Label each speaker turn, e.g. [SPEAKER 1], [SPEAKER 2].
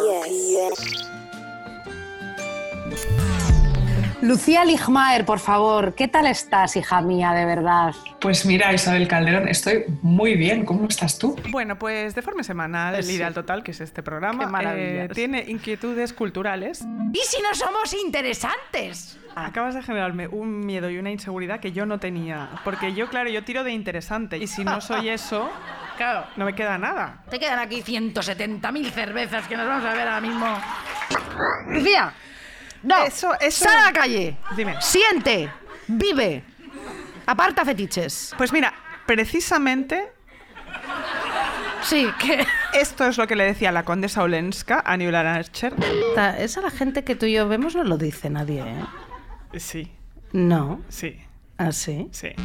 [SPEAKER 1] RPS.
[SPEAKER 2] Lucía Ligmaer, por favor, ¿qué tal estás, hija mía, de verdad?
[SPEAKER 3] Pues mira, Isabel Calderón, estoy muy bien. ¿Cómo estás tú?
[SPEAKER 4] Bueno, pues de forma semanal, el Ideal Total, que es este programa,
[SPEAKER 5] Qué maravilla.
[SPEAKER 4] eh, tiene inquietudes culturales.
[SPEAKER 5] ¿Y si no somos interesantes? Ah,
[SPEAKER 4] Acabas de generarme un miedo y una inseguridad que yo no tenía. Porque yo, claro, yo tiro de interesante. Y si no soy eso,
[SPEAKER 5] Claro.
[SPEAKER 4] no me queda nada.
[SPEAKER 5] Te quedan aquí 170.000 cervezas que nos vamos a ver ahora mismo. Lucía, no.
[SPEAKER 4] Eso- eso-
[SPEAKER 5] Sal a la calle.
[SPEAKER 4] Dime.
[SPEAKER 5] Siente. Vive. Aparta fetiches.
[SPEAKER 4] Pues mira, precisamente
[SPEAKER 5] Sí, que.
[SPEAKER 4] esto es lo que le decía la condesa Olenska a Newland Archer.
[SPEAKER 6] Ta- Esa la gente que tú y yo vemos no lo dice nadie, ¿eh?
[SPEAKER 4] Sí,
[SPEAKER 6] No.
[SPEAKER 4] sí,
[SPEAKER 6] ¿Ah, sí?
[SPEAKER 4] sí.